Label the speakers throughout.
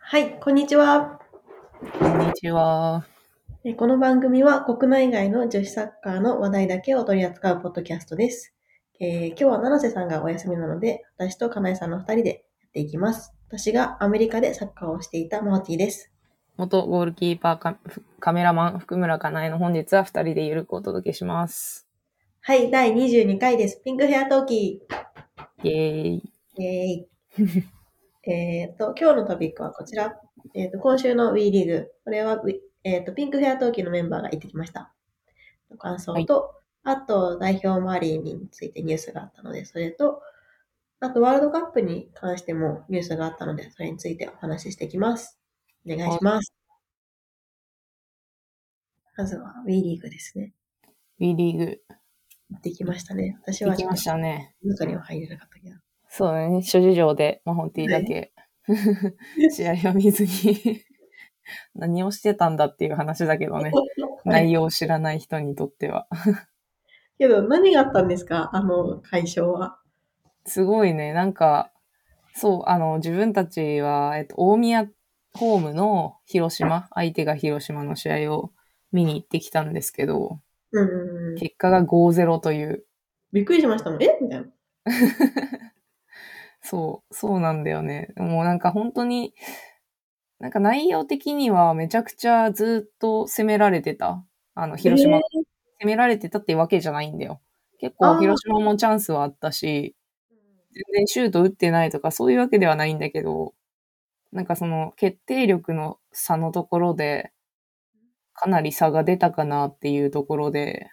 Speaker 1: はい、こんにちは。
Speaker 2: こんにちは。
Speaker 1: えこの番組は国内外の女子サッカーの話題だけを取り扱うポッドキャストです。えー今日は七瀬さんがお休みなので、私とかなえさんの二人でやっていきます。私がアメリカでサッカーをしていたモーティです。
Speaker 2: 元ゴールキーパーカカメラマン、福村かなえの本日は二人でゆるくお届けします。
Speaker 1: はい、第22回です。ピンクヘアトーキ
Speaker 2: イェーイ。
Speaker 1: ー。イェーイ。えっと、今日のトピックはこちら。えっ、と、今週の WE リーグ。これは、We- えっ、と、ピンクヘアトーキーのメンバーが行ってきました。感想と、あと、代表周りについてニュースがあったので、それと、あと、ワールドカップに関してもニュースがあったので、それについてお話ししていきます。お願いします。まずは WE リーグですね。
Speaker 2: B リーグ、
Speaker 1: 行ってきましたね。私
Speaker 2: で
Speaker 1: は
Speaker 2: き
Speaker 1: ちょっ
Speaker 2: ま
Speaker 1: と
Speaker 2: したね。
Speaker 1: 中には入れなかったけど。
Speaker 2: そうだね。諸事情で、まあ、本 T だけ、 試合を見ずに、 何をしてたんだっていう話だけどね。内容を知らない人にとっては。
Speaker 1: けど、何があったんですかあの、解消は。
Speaker 2: すごいね。なんか、そう、あの、自分たちは、えっと、大宮ホームの広島、相手が広島の試合を見に行ってきたんですけど、
Speaker 1: うんうんうん。
Speaker 2: 結果が5-0という。
Speaker 1: びっくりしましたもん。えみたいな。
Speaker 2: そう、そうなんだよね。もうなんか本当に、なんか内容的にはめちゃくちゃずっと攻められてた。あの、広島、
Speaker 1: えー
Speaker 2: 攻められてたってわけじゃないんだよ。結
Speaker 1: あ
Speaker 2: 構
Speaker 1: ー
Speaker 2: 広島もチャンスはあったし、全然シュート打ってないとかそういうわけではないんだけど、なんかその決定力の差のところで、かなり差が出たかなっていうところで、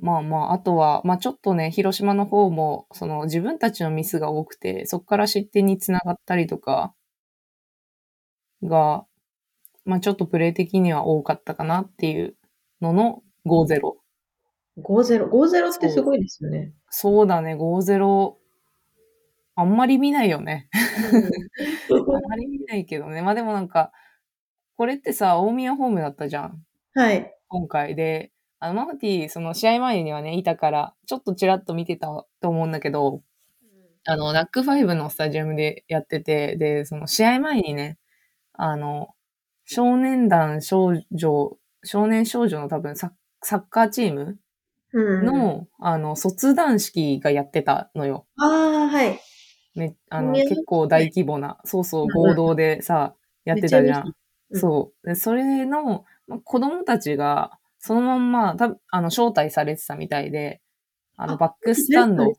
Speaker 2: まあまあ、あとは、まあちょっとね、広島の方も、その自分たちのミスが多くて、そこから失点につながったりとか、が、まあちょっとプレー的には多かったかなっていうのの5-0。
Speaker 1: 5-0。5-0ってすごいですよ ね。
Speaker 2: そうだね、5-0。あんまり見ないよね。あんまり見ないけどね。まあでもなんか、これってさ、大宮ホームだったじゃん。
Speaker 1: はい。
Speaker 2: 今回で。あの、マフティ、その試合前にはね、いたから、ちょっとちらっと見てたと思うんだけど、あの、ラックファイブのスタジアムでやってて、で、その試合前にね、あの、少年団少女、少年少女の多分サッサッカーチーム
Speaker 1: うん。
Speaker 2: の、あの、卒団式がやってたのよ。
Speaker 1: ああ、はい。
Speaker 2: めあの
Speaker 1: ね
Speaker 2: 結構大規模な、そうそう、
Speaker 1: うんうん
Speaker 2: 合同でさ、やってたじ
Speaker 1: めっちゃ
Speaker 2: ゃ
Speaker 1: 見
Speaker 2: ん。
Speaker 1: たうん
Speaker 2: そう。で、それの、ま子供たちが、そのまんま、たあの、招待されてたみたいで、あ
Speaker 1: あ
Speaker 2: の、バックスタ
Speaker 1: 全
Speaker 2: ンド。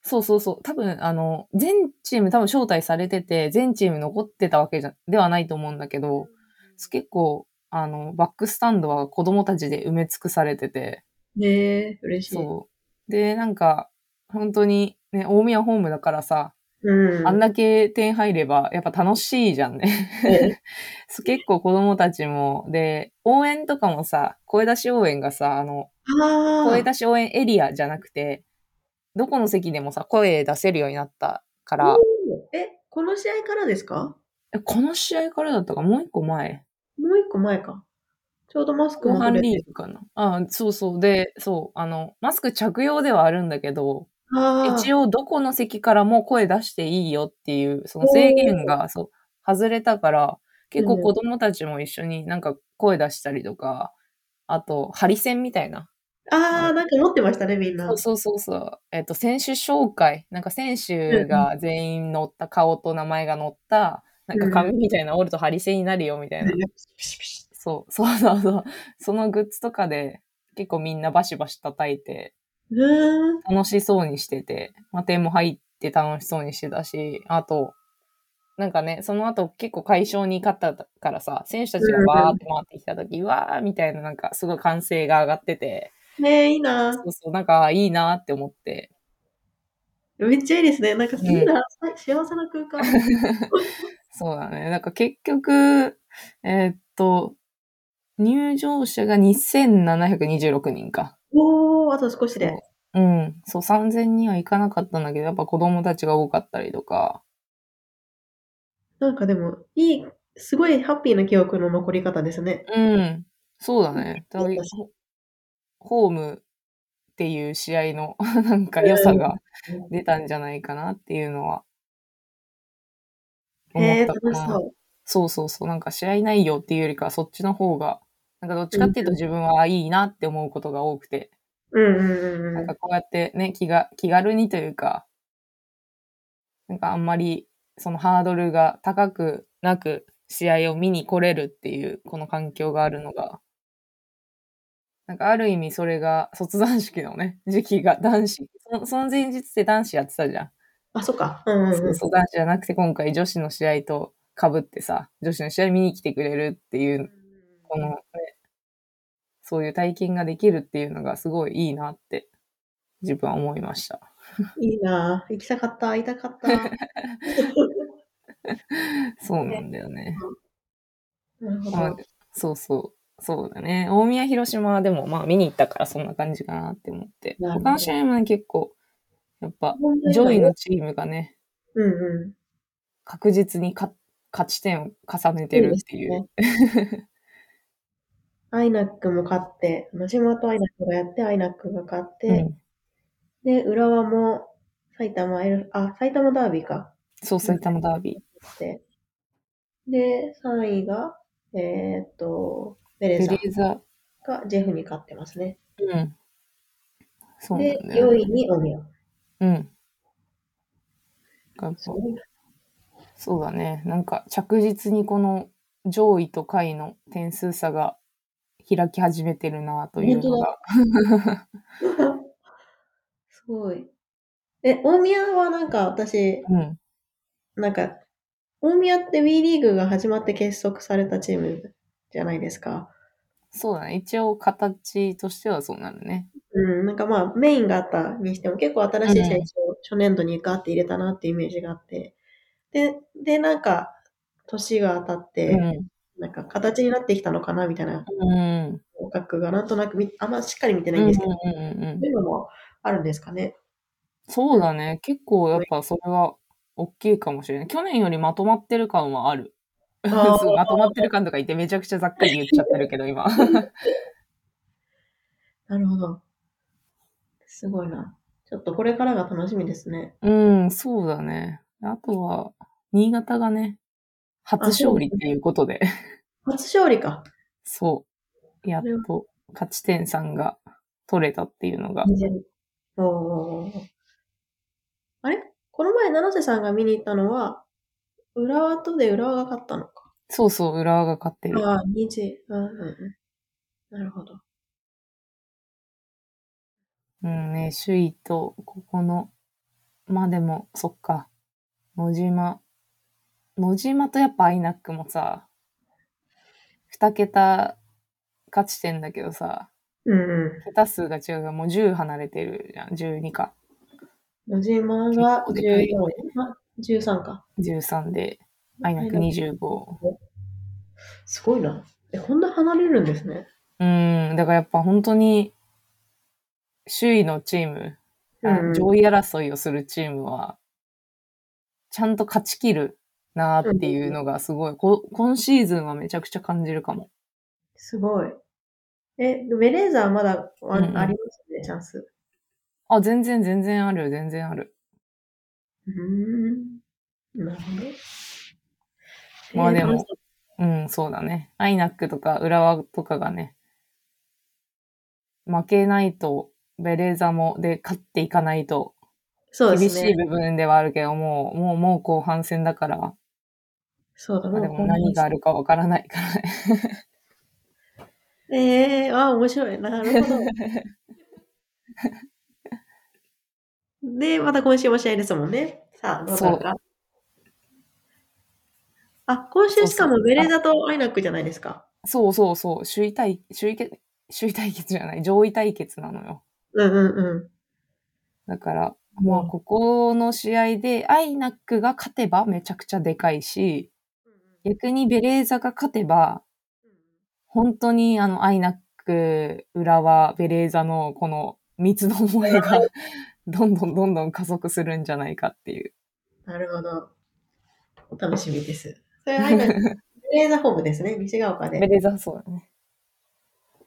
Speaker 2: そうそうそう。多分、あの、全チーム多分招待されてて、全チーム残ってたわけじゃ、ではないと思うんだけど、結構、あの、バックスタンドは子供たちで埋め尽くされてて、
Speaker 1: ねえ、嬉しい。
Speaker 2: そう。で、なんか、本当に、ね、大宮ホームだからさ、
Speaker 1: うん。
Speaker 2: あんだけ点入れば、やっぱ楽しいじゃんね。
Speaker 1: ね
Speaker 2: そう結構子供たちも、で、応援とかもさ、声出し応援がさ、あの、
Speaker 1: ああ。
Speaker 2: 声出し応援エリアじゃなくて、どこの席でもさ、声出せるようになったから、
Speaker 1: おーえ、この試合からですか
Speaker 2: えこの試合からだったか、もう一個前。
Speaker 1: もう一個前か。ちょうどマスク
Speaker 2: 後
Speaker 1: も
Speaker 2: 半
Speaker 1: 取れて
Speaker 2: リーグかな。あそうそう。で、そう、あの、マスク着用ではあるんだけど、
Speaker 1: ああ。
Speaker 2: 一応どこの席からも声出していいよっていう、その制限が、そう、外れたから、結構子供たちも一緒になんか声出したりとか、あと、ハリセンみたいな。
Speaker 1: ああ、なんか持ってましたね、みんな。
Speaker 2: そうそうそうそう。えっ、と、選手紹介。なんか選手が全員乗った、顔と名前が乗った、なんか紙みたいな折るとハリセンになるよみたいな。
Speaker 1: ピシピシ
Speaker 2: そう、そうそうそう。そのグッズとかで結構みんなバシバシ叩いて、
Speaker 1: うーん。
Speaker 2: 楽しそうにしてて、まあ、点も入って楽しそうにしてたし、あと、なんかね、その後結構解消に勝ったからさ、選手たちがバーって回ってきた時、わーみたいななんかすごい歓声が上がってて、
Speaker 1: ねえ、いいな
Speaker 2: そ。うそう、なんかいいなって思って。
Speaker 1: めっちゃいいですね。なんかいいな。幸せな空間。
Speaker 2: そうだね。なんか結局、えーっと、入場者が2726人か。
Speaker 1: おー、あと少しで。
Speaker 2: うん。そう、3000人はいかなかったんだけど、やっぱ子供たちが多かったりとか。
Speaker 1: なんかでも、いい、すごいハッピーな記憶の残り方ですね。
Speaker 2: うん。そうだね。だから
Speaker 1: いい
Speaker 2: ホームっていう試合の なんか良さが
Speaker 1: うん
Speaker 2: 出たんじゃないかなっていうのは
Speaker 1: えー、
Speaker 2: 思ったか
Speaker 1: 楽し
Speaker 2: ら、
Speaker 1: そう。
Speaker 2: そうそうそう、なんか試合内容っていうよりかはそっちの方が、なんかどっちかっていうと自分はいいなって思うことが多くて、
Speaker 1: うんうんうん
Speaker 2: なん
Speaker 1: う
Speaker 2: かこうやってね、気が、気軽にというか、なんかあんまりそのハードルが高くなく試合を見に来れるっていう、この環境があるのが、なんかある意味それが卒団式のね、 時期が男子、そのその前日って男子やってたじゃん。
Speaker 1: ん。あ、そっか。うんうん。
Speaker 2: そううんそう、男子じゃなくて今回女子の試合と被ってさ、女子の試合見に来てくれるっていう、この、ね、そういう体験ができるっていうのがすごいいいなって、自分は思いました。
Speaker 1: いいなぁ行きたかった、会いたか った。
Speaker 2: そうなんだよね。
Speaker 1: なるほ
Speaker 2: まあ
Speaker 1: ど。、
Speaker 2: そうそう。そうだね。大宮、広島はでも、まあ見に行ったからそんな感じかなって思って。
Speaker 1: なるほど
Speaker 2: 他の試合もね、結構、やっぱ、上位のチームがね、
Speaker 1: うんうん。
Speaker 2: 確実にか勝ち点を重ねてるっていう。
Speaker 1: アイナックも勝って、野島とアイナックがやって、アイナックが勝って、
Speaker 2: うん
Speaker 1: で、浦和も埼玉エル、あ、埼玉ダービーか。
Speaker 2: そう、埼玉ダービー。
Speaker 1: で、で3位が、えーっと、ベレー
Speaker 2: ベ
Speaker 1: ザ
Speaker 2: レーザ、
Speaker 1: がジェフに勝ってますね。
Speaker 2: うん。そう
Speaker 1: で、
Speaker 2: なんだよ
Speaker 1: 4
Speaker 2: ね。
Speaker 1: 位にオミオン。
Speaker 2: うん。なんかそうだね。なんか着実にこの上位と下位の点数差が開き始めてるなというのが。
Speaker 1: すごい。え、大宮はなんか私、
Speaker 2: うん。
Speaker 1: なんか、大宮って WE リーグが始まって結束されたチームじゃないですか。
Speaker 2: そうだね。一応形としてはそうなるね。
Speaker 1: うん、なんかまあメインがあったにしても結構新しい選手を初年度にガーって入れたなっていうイメージがあって。で、で、なんか、年が当たって、
Speaker 2: うん。
Speaker 1: なんか形になってきたのかなみたいな
Speaker 2: うん。うん
Speaker 1: 感覚がなんとなくみ、あんましっかり見て
Speaker 2: うん
Speaker 1: ないんですけど、
Speaker 2: うんうん
Speaker 1: そういうのもあるんですかね。
Speaker 2: そうだね。結構やっぱそれは大きいかもしれない。去年よりまとまってる感はある。
Speaker 1: あ
Speaker 2: すごいまとまってる感とか言ってめちゃくちゃざっくり言っちゃってるけ ど今。
Speaker 1: なるほど。すごいな。ちょっとこれからが楽しみですね。
Speaker 2: うん、そうだね。あとは、新潟がね、初勝利っていうことで、
Speaker 1: 初勝利か。
Speaker 2: そう。やっと、勝ち点3が取れたっていうのが、
Speaker 1: おーおーおーあれこの前、七瀬さんが見に行ったのは、浦和とで浦和が勝ったのか。
Speaker 2: そうそう、浦和が勝ってる。
Speaker 1: ああ、2時。うんうんうん。なるほど。
Speaker 2: うんね、首位と、ここの、まあでも、そっか、野島。野島とやっぱアイナックもさ、二桁勝ち点だけどさ、
Speaker 1: うんう
Speaker 2: 桁数が違うからもう10離れてるじゃん、12か。
Speaker 1: ん。野島が
Speaker 2: 結構でか
Speaker 1: 14
Speaker 2: いよ
Speaker 1: あ、13か。
Speaker 2: 13で、アイナック25。
Speaker 1: すごいな。え、こんな離れるんですね。
Speaker 2: うん、だからやっぱ本当に、首位のチーム、あ
Speaker 1: うん
Speaker 2: 上位争いをするチームは、ちゃんと勝ち切るなーっていうのがすごい、こ今シーズンはめちゃくちゃ感じるかも。
Speaker 1: すごい。え、ベレーザはまだあ,、
Speaker 2: うんうん
Speaker 1: ありますね、チャンス。
Speaker 2: あ、全然全然ある、全然ある。
Speaker 1: うーん。なるほど。
Speaker 2: まあでも
Speaker 1: えー楽しそ
Speaker 2: うん、そうだね。アイナックとか浦和とかがね、負けないと、ベレーザもで勝っていかないと、
Speaker 1: うそうで
Speaker 2: 厳
Speaker 1: す
Speaker 2: しい
Speaker 1: ね。
Speaker 2: 部分ではあるけど、もう、もう、もう後半戦だから、
Speaker 1: そうだ
Speaker 2: まあ、で
Speaker 1: こ
Speaker 2: も
Speaker 1: んな
Speaker 2: 何があるかわからないからね。
Speaker 1: ええー、あ、面白い。なる ほど。で、また今週も試合ですもんね。さあ、どうなるか。あ、今週しかもベレーザとアイナックじゃないですか。
Speaker 2: そうそうそう、首位対、首位け、首位対決じゃない、上位対決なのよ。
Speaker 1: うんうんう
Speaker 2: だから、まあ、ここの試合で、アイナックが勝てばめちゃくちゃでかいし、
Speaker 1: ん。
Speaker 2: 逆にベレーザが勝てば、本当にあの、アイナック、浦和、ベレーザのこの密の思いが、どんどんどんどん加速するんじゃないかっていう。
Speaker 1: なるほど。お楽しみです。それはアイナック、ベレーザホームですね。西ヶ丘
Speaker 2: ベ
Speaker 1: で。
Speaker 2: レーザ、そうだね。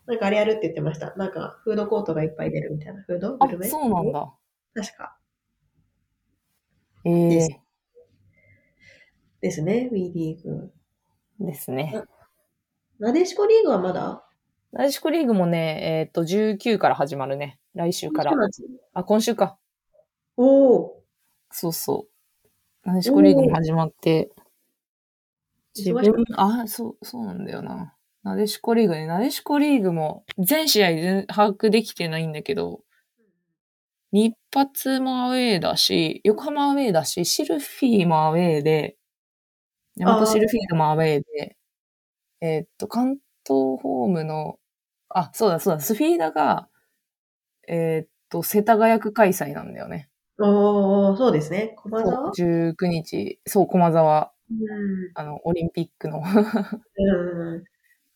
Speaker 1: なんかあれやるって言ってました。なんかフードコートがいっぱい出るみたいな。フード
Speaker 2: あ
Speaker 1: グル、メ
Speaker 2: そうなんだ。
Speaker 1: 確か。
Speaker 2: ええ
Speaker 1: ですですね、WE リーグ。
Speaker 2: ですね。
Speaker 1: なでしこリーグはまだ
Speaker 2: なでしこリーグもね、えっ、と、19から始まるね。来週から。
Speaker 1: 今週末
Speaker 2: あ、今週か。
Speaker 1: おお
Speaker 2: そうそう。なでしこリーグも始まって。自
Speaker 1: 忙しく
Speaker 2: 分、あ、そう、そうなんだよな。なでしこリーグね。なでしこリーグも、全試合全把握できてないんだけど、日発もアウェーだし、横浜アウェーだし、シルフィーもアウェーで、大和シルフィードもアウェーで、えーっと、関東ホームの、あ、そうだそうだ、スフィーダが、えーっと、世田谷区開催なんだよね。
Speaker 1: おーそうですね。駒
Speaker 2: そ
Speaker 1: 沢
Speaker 2: う19日、そう、駒沢、
Speaker 1: うん
Speaker 2: あの、オリンピックの、
Speaker 1: うん。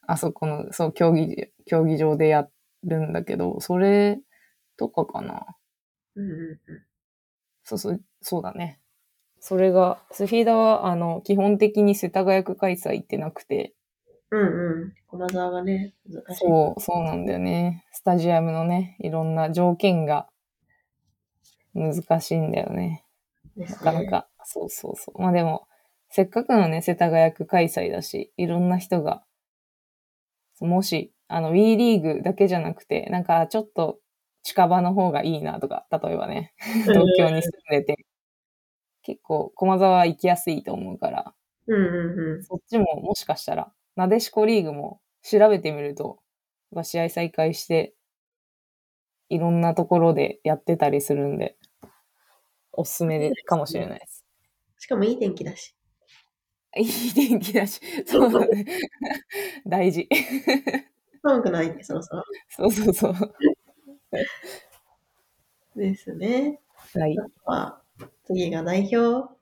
Speaker 2: あそこの、そう、競技、競技場でやるんだけど、それとかかな。
Speaker 1: うんうん
Speaker 2: そうそう、そうだね。それが、スフィーダは、あの、基本的に世田谷区開催ってなくて、
Speaker 1: うんうん。駒沢がね、難しい。
Speaker 2: そう、そうなんだよね。スタジアムのね、いろんな条件が難しいんだよね。
Speaker 1: です
Speaker 2: な
Speaker 1: ね
Speaker 2: かなか。そうそうそう。まあでも、せっかくのね、世田谷区開催だし、いろんな人が、もし、あの、WE リーグだけじゃなくて、なんか、ちょっと近場の方がいいなとか、例えばね、東京に住んでて、結構、駒沢行きやすいと思うから、
Speaker 1: うんうんう
Speaker 2: そっちももしかしたら、なでしこリーグも調べてみると、やっぱ試合再開して、いろんなところでやってたりするんで、おすすめでかもしれないで
Speaker 1: ん。
Speaker 2: す。
Speaker 1: しかもいい天気だし。
Speaker 2: いい天気だし、そうだね。大事。
Speaker 1: 寒くないね、そろそろ。
Speaker 2: そうそうそう。
Speaker 1: ですね。
Speaker 2: はい。
Speaker 1: まあ、次が代表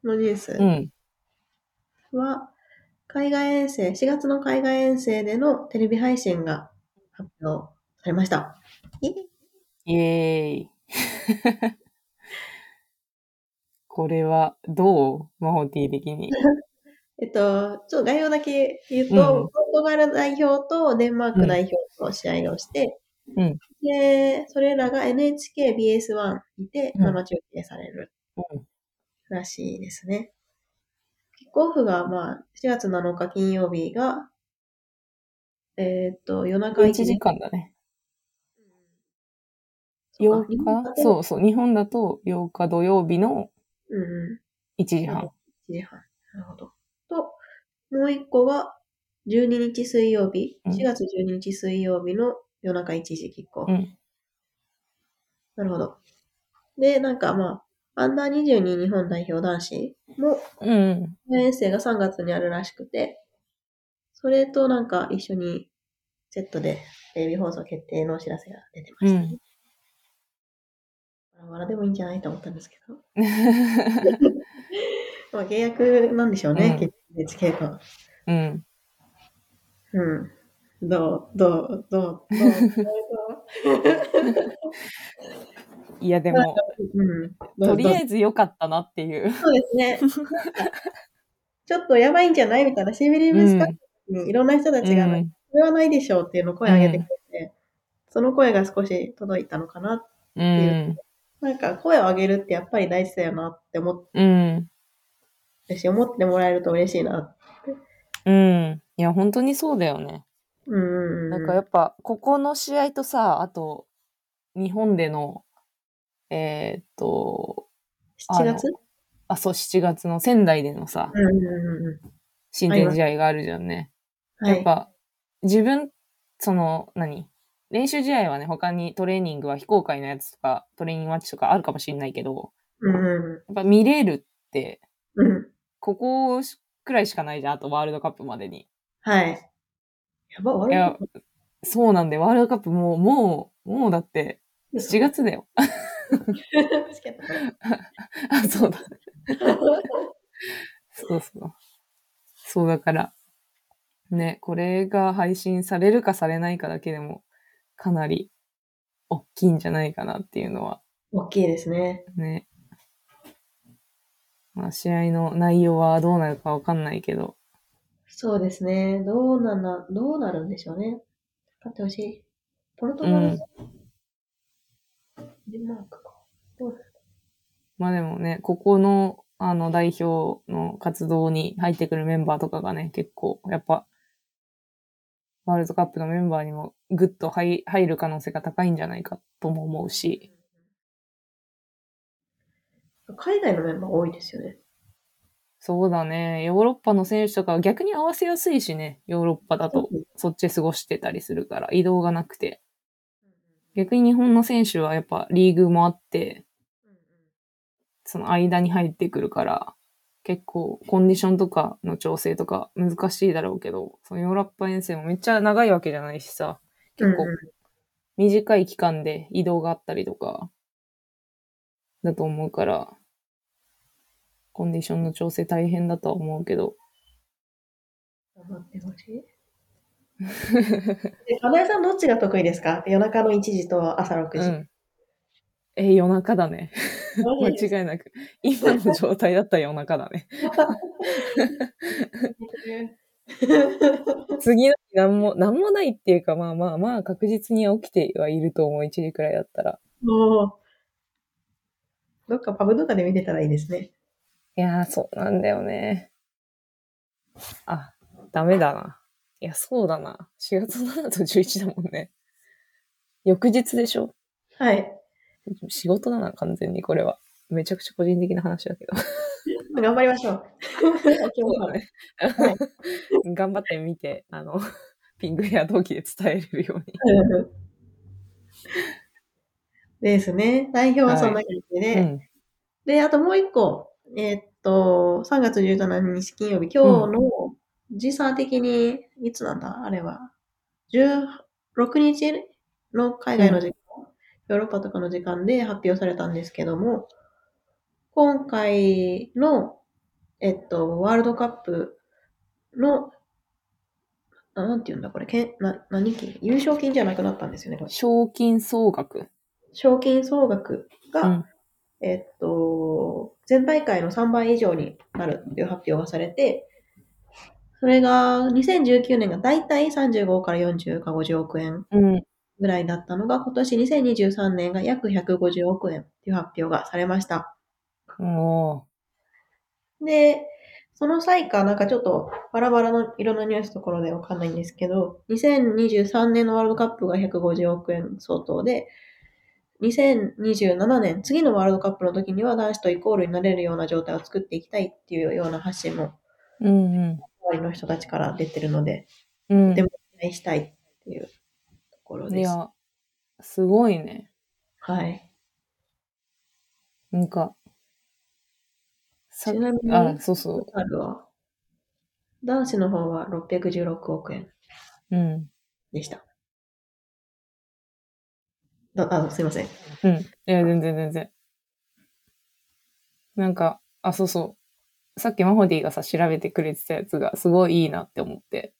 Speaker 1: のニュース
Speaker 2: うん。
Speaker 1: は、海外遠征、4月の海外遠征でのテレビ配信が発表されました。イエイ
Speaker 2: イエーイ。これは、どうマホティ的に。
Speaker 1: えっと、ちょっと概要だけ言うと、
Speaker 2: うんう
Speaker 1: ポ
Speaker 2: ん
Speaker 1: ルトガル代表とデンマーク代表の試合をして、
Speaker 2: うん
Speaker 1: で、それらが NHKBS1 にて
Speaker 2: うん
Speaker 1: 生中継される
Speaker 2: うん
Speaker 1: らしいですね。キックオフが、まあ、4月7日金曜日が、えーっと、夜中
Speaker 2: 1時間だね。8日
Speaker 1: そうか。
Speaker 2: そうそう。日本だと8日土曜日の
Speaker 1: うんうん。
Speaker 2: 1時半。
Speaker 1: 1時半。なるほど。と、もう一個が、12日水曜日、
Speaker 2: うん
Speaker 1: 4月12日水曜日の夜中1時キックオフ。
Speaker 2: うん
Speaker 1: なるほど。で、なんかまあ、アンダー22日本代表男子も、
Speaker 2: うん。
Speaker 1: 遠征が3月にあるらしくて、それとなんか一緒にセットでテレビ放送決定のお知らせが出てました、ね。バラバラでもいいんじゃないと思ったんですけ ど。まあ契約なんでしょうね、
Speaker 2: うん
Speaker 1: 結局 NHK と。
Speaker 2: うん。
Speaker 1: うん。どう、どう、どう、どう、
Speaker 2: いや、でも、
Speaker 1: うん。どう
Speaker 2: とりあ
Speaker 1: どう
Speaker 2: えず良かったなっていう。
Speaker 1: そうです ね。ちょっとやばいんじゃないみたいな、シーベリーブスカッにいろんな人たちが、
Speaker 2: うん
Speaker 1: それはないでしょうっていうのを声上げてくれて、その声が少し届いたのかな。
Speaker 2: うん。
Speaker 1: なんか声を上げるってやっぱり大事だよなって思っ
Speaker 2: うん。
Speaker 1: てし、思ってもらえると嬉しいな。
Speaker 2: うん。いや、本当にそうだよね。
Speaker 1: うん。
Speaker 2: なんかやっぱ、ここの試合とさ、あと、日本での、えーっと、
Speaker 1: 7月
Speaker 2: あ、そう、7月の仙台でのさ、
Speaker 1: うんうんう
Speaker 2: 親善試合があるじゃんね。
Speaker 1: ん。は
Speaker 2: やっ
Speaker 1: い。
Speaker 2: ぱ、自分、その、何練習試合はね、他にトレーニングは非公開のやつとか、トレーニングマッチとかあるかもしれないけど、
Speaker 1: うんう
Speaker 2: やっぱ見れるって、
Speaker 1: ん。うん。
Speaker 2: ここくらいしかないじゃん、あとワールドカップまでに。
Speaker 1: はい。やば、
Speaker 2: い
Speaker 1: 悪い
Speaker 2: や、そうなんで、ワールドカップもう、もう、もうだって、7。月だよ。
Speaker 1: 確かに
Speaker 2: あ、そうだ。そうそう。そうだから、ね、これが配信されるかされないかだけでも、かなり、大きいんじゃないかなっていうのは、
Speaker 1: 大きいですね。
Speaker 2: ね。まあ、試合の内容はどうなるかわかんないけど、
Speaker 1: そうですね。どうなんだ、どうなるんでしょうね。勝ってほしい。ポルトガ
Speaker 2: う
Speaker 1: ル
Speaker 2: ん
Speaker 1: と、デンマークか。
Speaker 2: まあでもね、ここの、あの、代表の活動に入ってくるメンバーとかがね、結構、やっぱ、ワールドカップのメンバーにもぐっと入入る可能性が高いんじゃないかとも思うし。
Speaker 1: 海外のメンバー多いですよね。
Speaker 2: そうだね。ヨーロッパの選手とかは逆に合わせやすいしね。ヨーロッパだと
Speaker 1: うん
Speaker 2: そっち過ごしてたりするから、移動がなくて。逆に日本の選手はやっぱリーグもあって、その間に入ってくるから、結構コンディションとかの調整とか難しいだろうけど、そのヨーロッパ遠征もめっちゃ長いわけじゃないしさ、結構
Speaker 1: うんうん
Speaker 2: 短い期間で移動があったりとか、だと思うから、コンディションの調整大変だとは思うけど、
Speaker 1: 頑張ってほしい。 え金井さんどっちが得意ですか夜中の1時と朝6時。
Speaker 2: うん。え、夜中だね。間
Speaker 1: マジ
Speaker 2: 違いなく。今の状態だったら夜中だね。
Speaker 1: で
Speaker 2: 次の日なんも、なんもないっていうか、まあまあまあ確実に起きてはいると思う。1時くらいだったら。
Speaker 1: もう、どっかパブとかで見てたらいいですね。
Speaker 2: いやー、そうなんだよね。あ、ダメだな。いや、そうだな。4月7と11だもんね。翌日でしょ
Speaker 1: はい。
Speaker 2: 仕事だな、完全にこれは。めちゃくちゃ個人的な話だけど。
Speaker 1: 頑張りましょう。
Speaker 2: そうだね。
Speaker 1: はい
Speaker 2: 頑張ってみて、あの、 ピンクヘア同期で伝えれるように。
Speaker 1: うんですね。代表はそんな感じで。
Speaker 2: うん。
Speaker 1: で、あともう一個。えーっと、3月17日金曜日、今日の時差的に、いつなんだあれは。16日の海外の時間、ヨーロッパとかの時間で発表されたんですけども、今回の、えっと、ワールドカップの、ななんて言うんだこれ、けんな何金優勝金じゃなくなったんですよね、これ
Speaker 2: 賞金総額。
Speaker 1: 賞金総額が、
Speaker 2: うん
Speaker 1: えっと、前大会の3倍以上になるっていう発表がされて、それが2019年がだいたい35から40か50億円
Speaker 2: うん。
Speaker 1: ぐらいだったのが、今年2023年が約150億円っていう発表がされました。
Speaker 2: も
Speaker 1: で、その際か、なんかちょっとバラバラのいろんなニュースところでわかんないんですけど、2023年のワールドカップが150億円相当で、2027年、次のワールドカップの時には男子とイコールになれるような状態を作っていきたいっていうような発信も、
Speaker 2: う。うんうん。
Speaker 1: 周りの人たちから出てるので、
Speaker 2: うん。
Speaker 1: でも期待したいっていうところ
Speaker 2: い
Speaker 1: です。
Speaker 2: や、すごいね。
Speaker 1: はい。
Speaker 2: なんか、さ
Speaker 1: ちなみに、
Speaker 2: あ、そうそ
Speaker 1: カタールは、男子の方は616億円
Speaker 2: う。うん。
Speaker 1: でした。だあ、すいません。
Speaker 2: うん。いや、全然全然。なんか、あ、そうそう。さっきマホディがさ、調べてくれてたやつがすごいいいなって思って。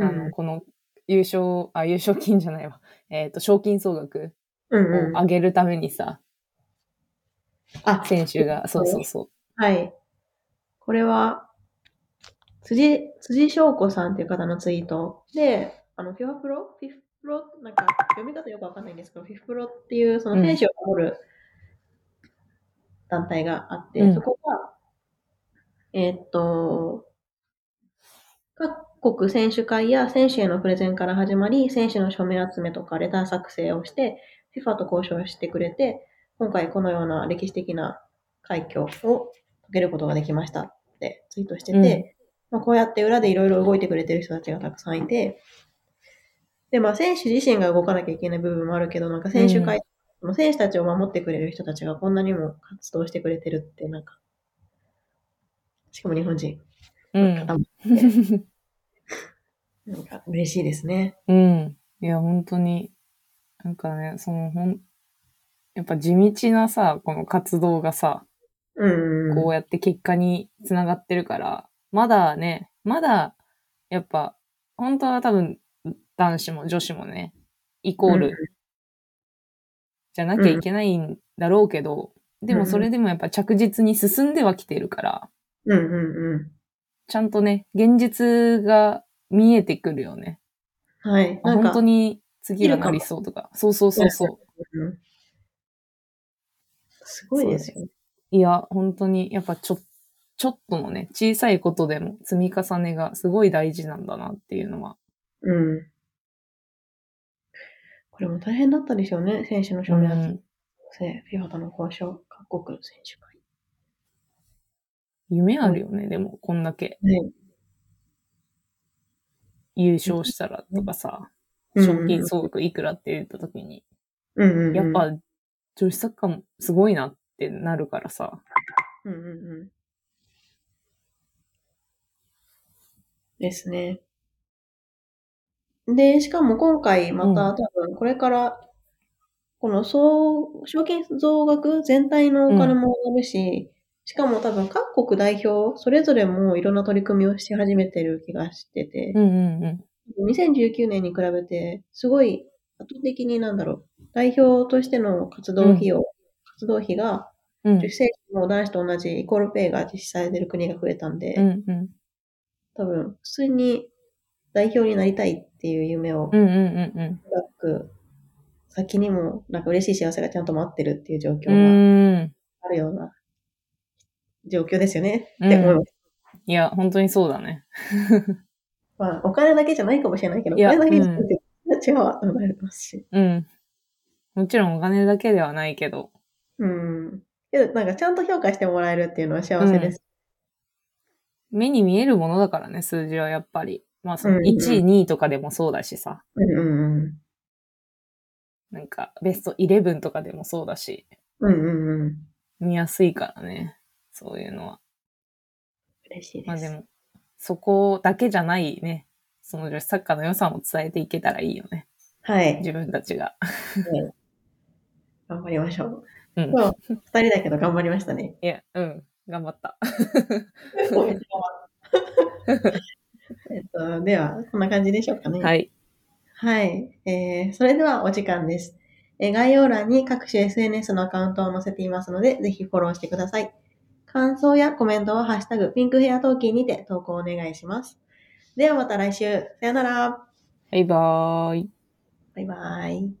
Speaker 2: あ
Speaker 1: う
Speaker 2: の、
Speaker 1: ん
Speaker 2: この優勝、あ、優勝金じゃないわ。 えっ、と、賞金総額
Speaker 1: うん
Speaker 2: を
Speaker 1: うん。
Speaker 2: 上げるためにさ、
Speaker 1: あ、
Speaker 2: 選手が、そうそうそ
Speaker 1: はい。これは、辻、辻翔子さんっていう方のツイートで、あの、フィファプロフィフプロなんか、読み方よくわかんないんですけど、フィフプロっていう、その選手を守る団体があって、
Speaker 2: うん
Speaker 1: そこが、えーっと、各国選手会や選手へのプレゼンから始まり、選手の署名集めとかレター作成をして、FIFA と交渉してくれて、今回このような歴史的な快挙を遂げることができましたってツイートしてて、まあ、こうやって裏でいろいろ動いてくれてる人たちがたくさんいて、で、まあ選手自身が動かなきゃいけない部分もあるけど、なんか選手会、その選手たちを守ってくれる人たちがこんなにも活動してくれてるって、なんか、しかも日本人、
Speaker 2: う。うん。
Speaker 1: なんか嬉しいですね。
Speaker 2: うん。いや、本当に、なんかね、その、ほん、やっぱ地道なさ、この活動がさ、
Speaker 1: うん。
Speaker 2: こうやって結果につながってるから、まだね、まだ、やっぱ、本当は多分、男子も女子もね、イコー
Speaker 1: うん
Speaker 2: ル、じゃなきゃいけないんだろうけど、でもそれでもやっぱ着実に進んではきてるから、
Speaker 1: うんうん
Speaker 2: ちゃんとね、現実が見えてくるよね。
Speaker 1: うん。はい。
Speaker 2: あ
Speaker 1: なんか
Speaker 2: 本当に次はなりそうとか。そうそうそうそう。
Speaker 1: うんすごいですよね。
Speaker 2: いや、本当に、やっぱちょ、ちょっとのね、小さいことでも積み重ねがすごい大事なんだなっていうのは。
Speaker 1: うん。これも大変だったでしょうね、選手の署名集め、フィファとの交渉、各国の選手会。
Speaker 2: 夢あるよね、でも、こんだけ
Speaker 1: ね
Speaker 2: 優勝したらとかさ、
Speaker 1: うん
Speaker 2: 賞金総額いくらって言った時に、
Speaker 1: うんうんうん、
Speaker 2: やっぱ、女子サッカーもすごいなってなるからさ。
Speaker 1: うんうんうん。ですね。で、しかも今回また、
Speaker 2: う
Speaker 1: 多分これから、この総、賞金増額全体のお金も上がるし、しかも多分各国代表、それぞれもいろんな取り組みをし始めてる気がしてて、
Speaker 2: うんうんうん。
Speaker 1: 2019年に比べて、すごい圧倒的になんだろう、代表としての活動費用、活動費が
Speaker 2: うん
Speaker 1: 女子選手も男子と同じイコールペイが実施されてる国が増えたんで、
Speaker 2: うんうん。
Speaker 1: 多分普通に代表になりたいっていう夢を、
Speaker 2: うんうんうんうん。
Speaker 1: バック先にもなんか嬉しい幸せがちゃんと待ってるっていう状
Speaker 2: う
Speaker 1: 況が
Speaker 2: ーん。
Speaker 1: あるような状況ですよね、
Speaker 2: うん
Speaker 1: って思います。
Speaker 2: いや、本当にそうだね。
Speaker 1: まあ、お金だけじゃないかもしれないけど、お
Speaker 2: いや
Speaker 1: 金だけじゃなくて、違うわ、なりますし。
Speaker 2: うん。もちろんお金だけではないけど。
Speaker 1: うん。けど、なんかちゃんと評価してもらえるっていうのは幸せです。
Speaker 2: 目に見えるものだからね、数字はやっぱり。まあその
Speaker 1: うん
Speaker 2: 1
Speaker 1: うん
Speaker 2: 位、2位とかでもそうだしさ。
Speaker 1: うんうんうん。
Speaker 2: なんかベスト11とかでもそうだし。
Speaker 1: うんうんうん。
Speaker 2: 見やすいからね。そういうのは。
Speaker 1: 嬉しいです。
Speaker 2: まあでも、そこだけじゃないね。その女子サッカーの良さも伝えていけたらいいよね。
Speaker 1: はい。
Speaker 2: 自分たちが。
Speaker 1: ね頑張りましょう。
Speaker 2: うん。
Speaker 1: そう、二人だけど頑張りました ね。
Speaker 2: いや、うん。頑張った。
Speaker 1: えっと、では、こんな感じでしょうかね。。
Speaker 2: はいい。
Speaker 1: はい。えー、それではお時間です。えー概要欄に各種 SNS のアカウントを載せていますので、ぜひフォローしてください。感想やコメントは、ハッシュタグ、ピンクヘアトーキーにて投稿お願いします。ではまた来週。さよなら。
Speaker 2: バイバーイ。
Speaker 1: バイバイ。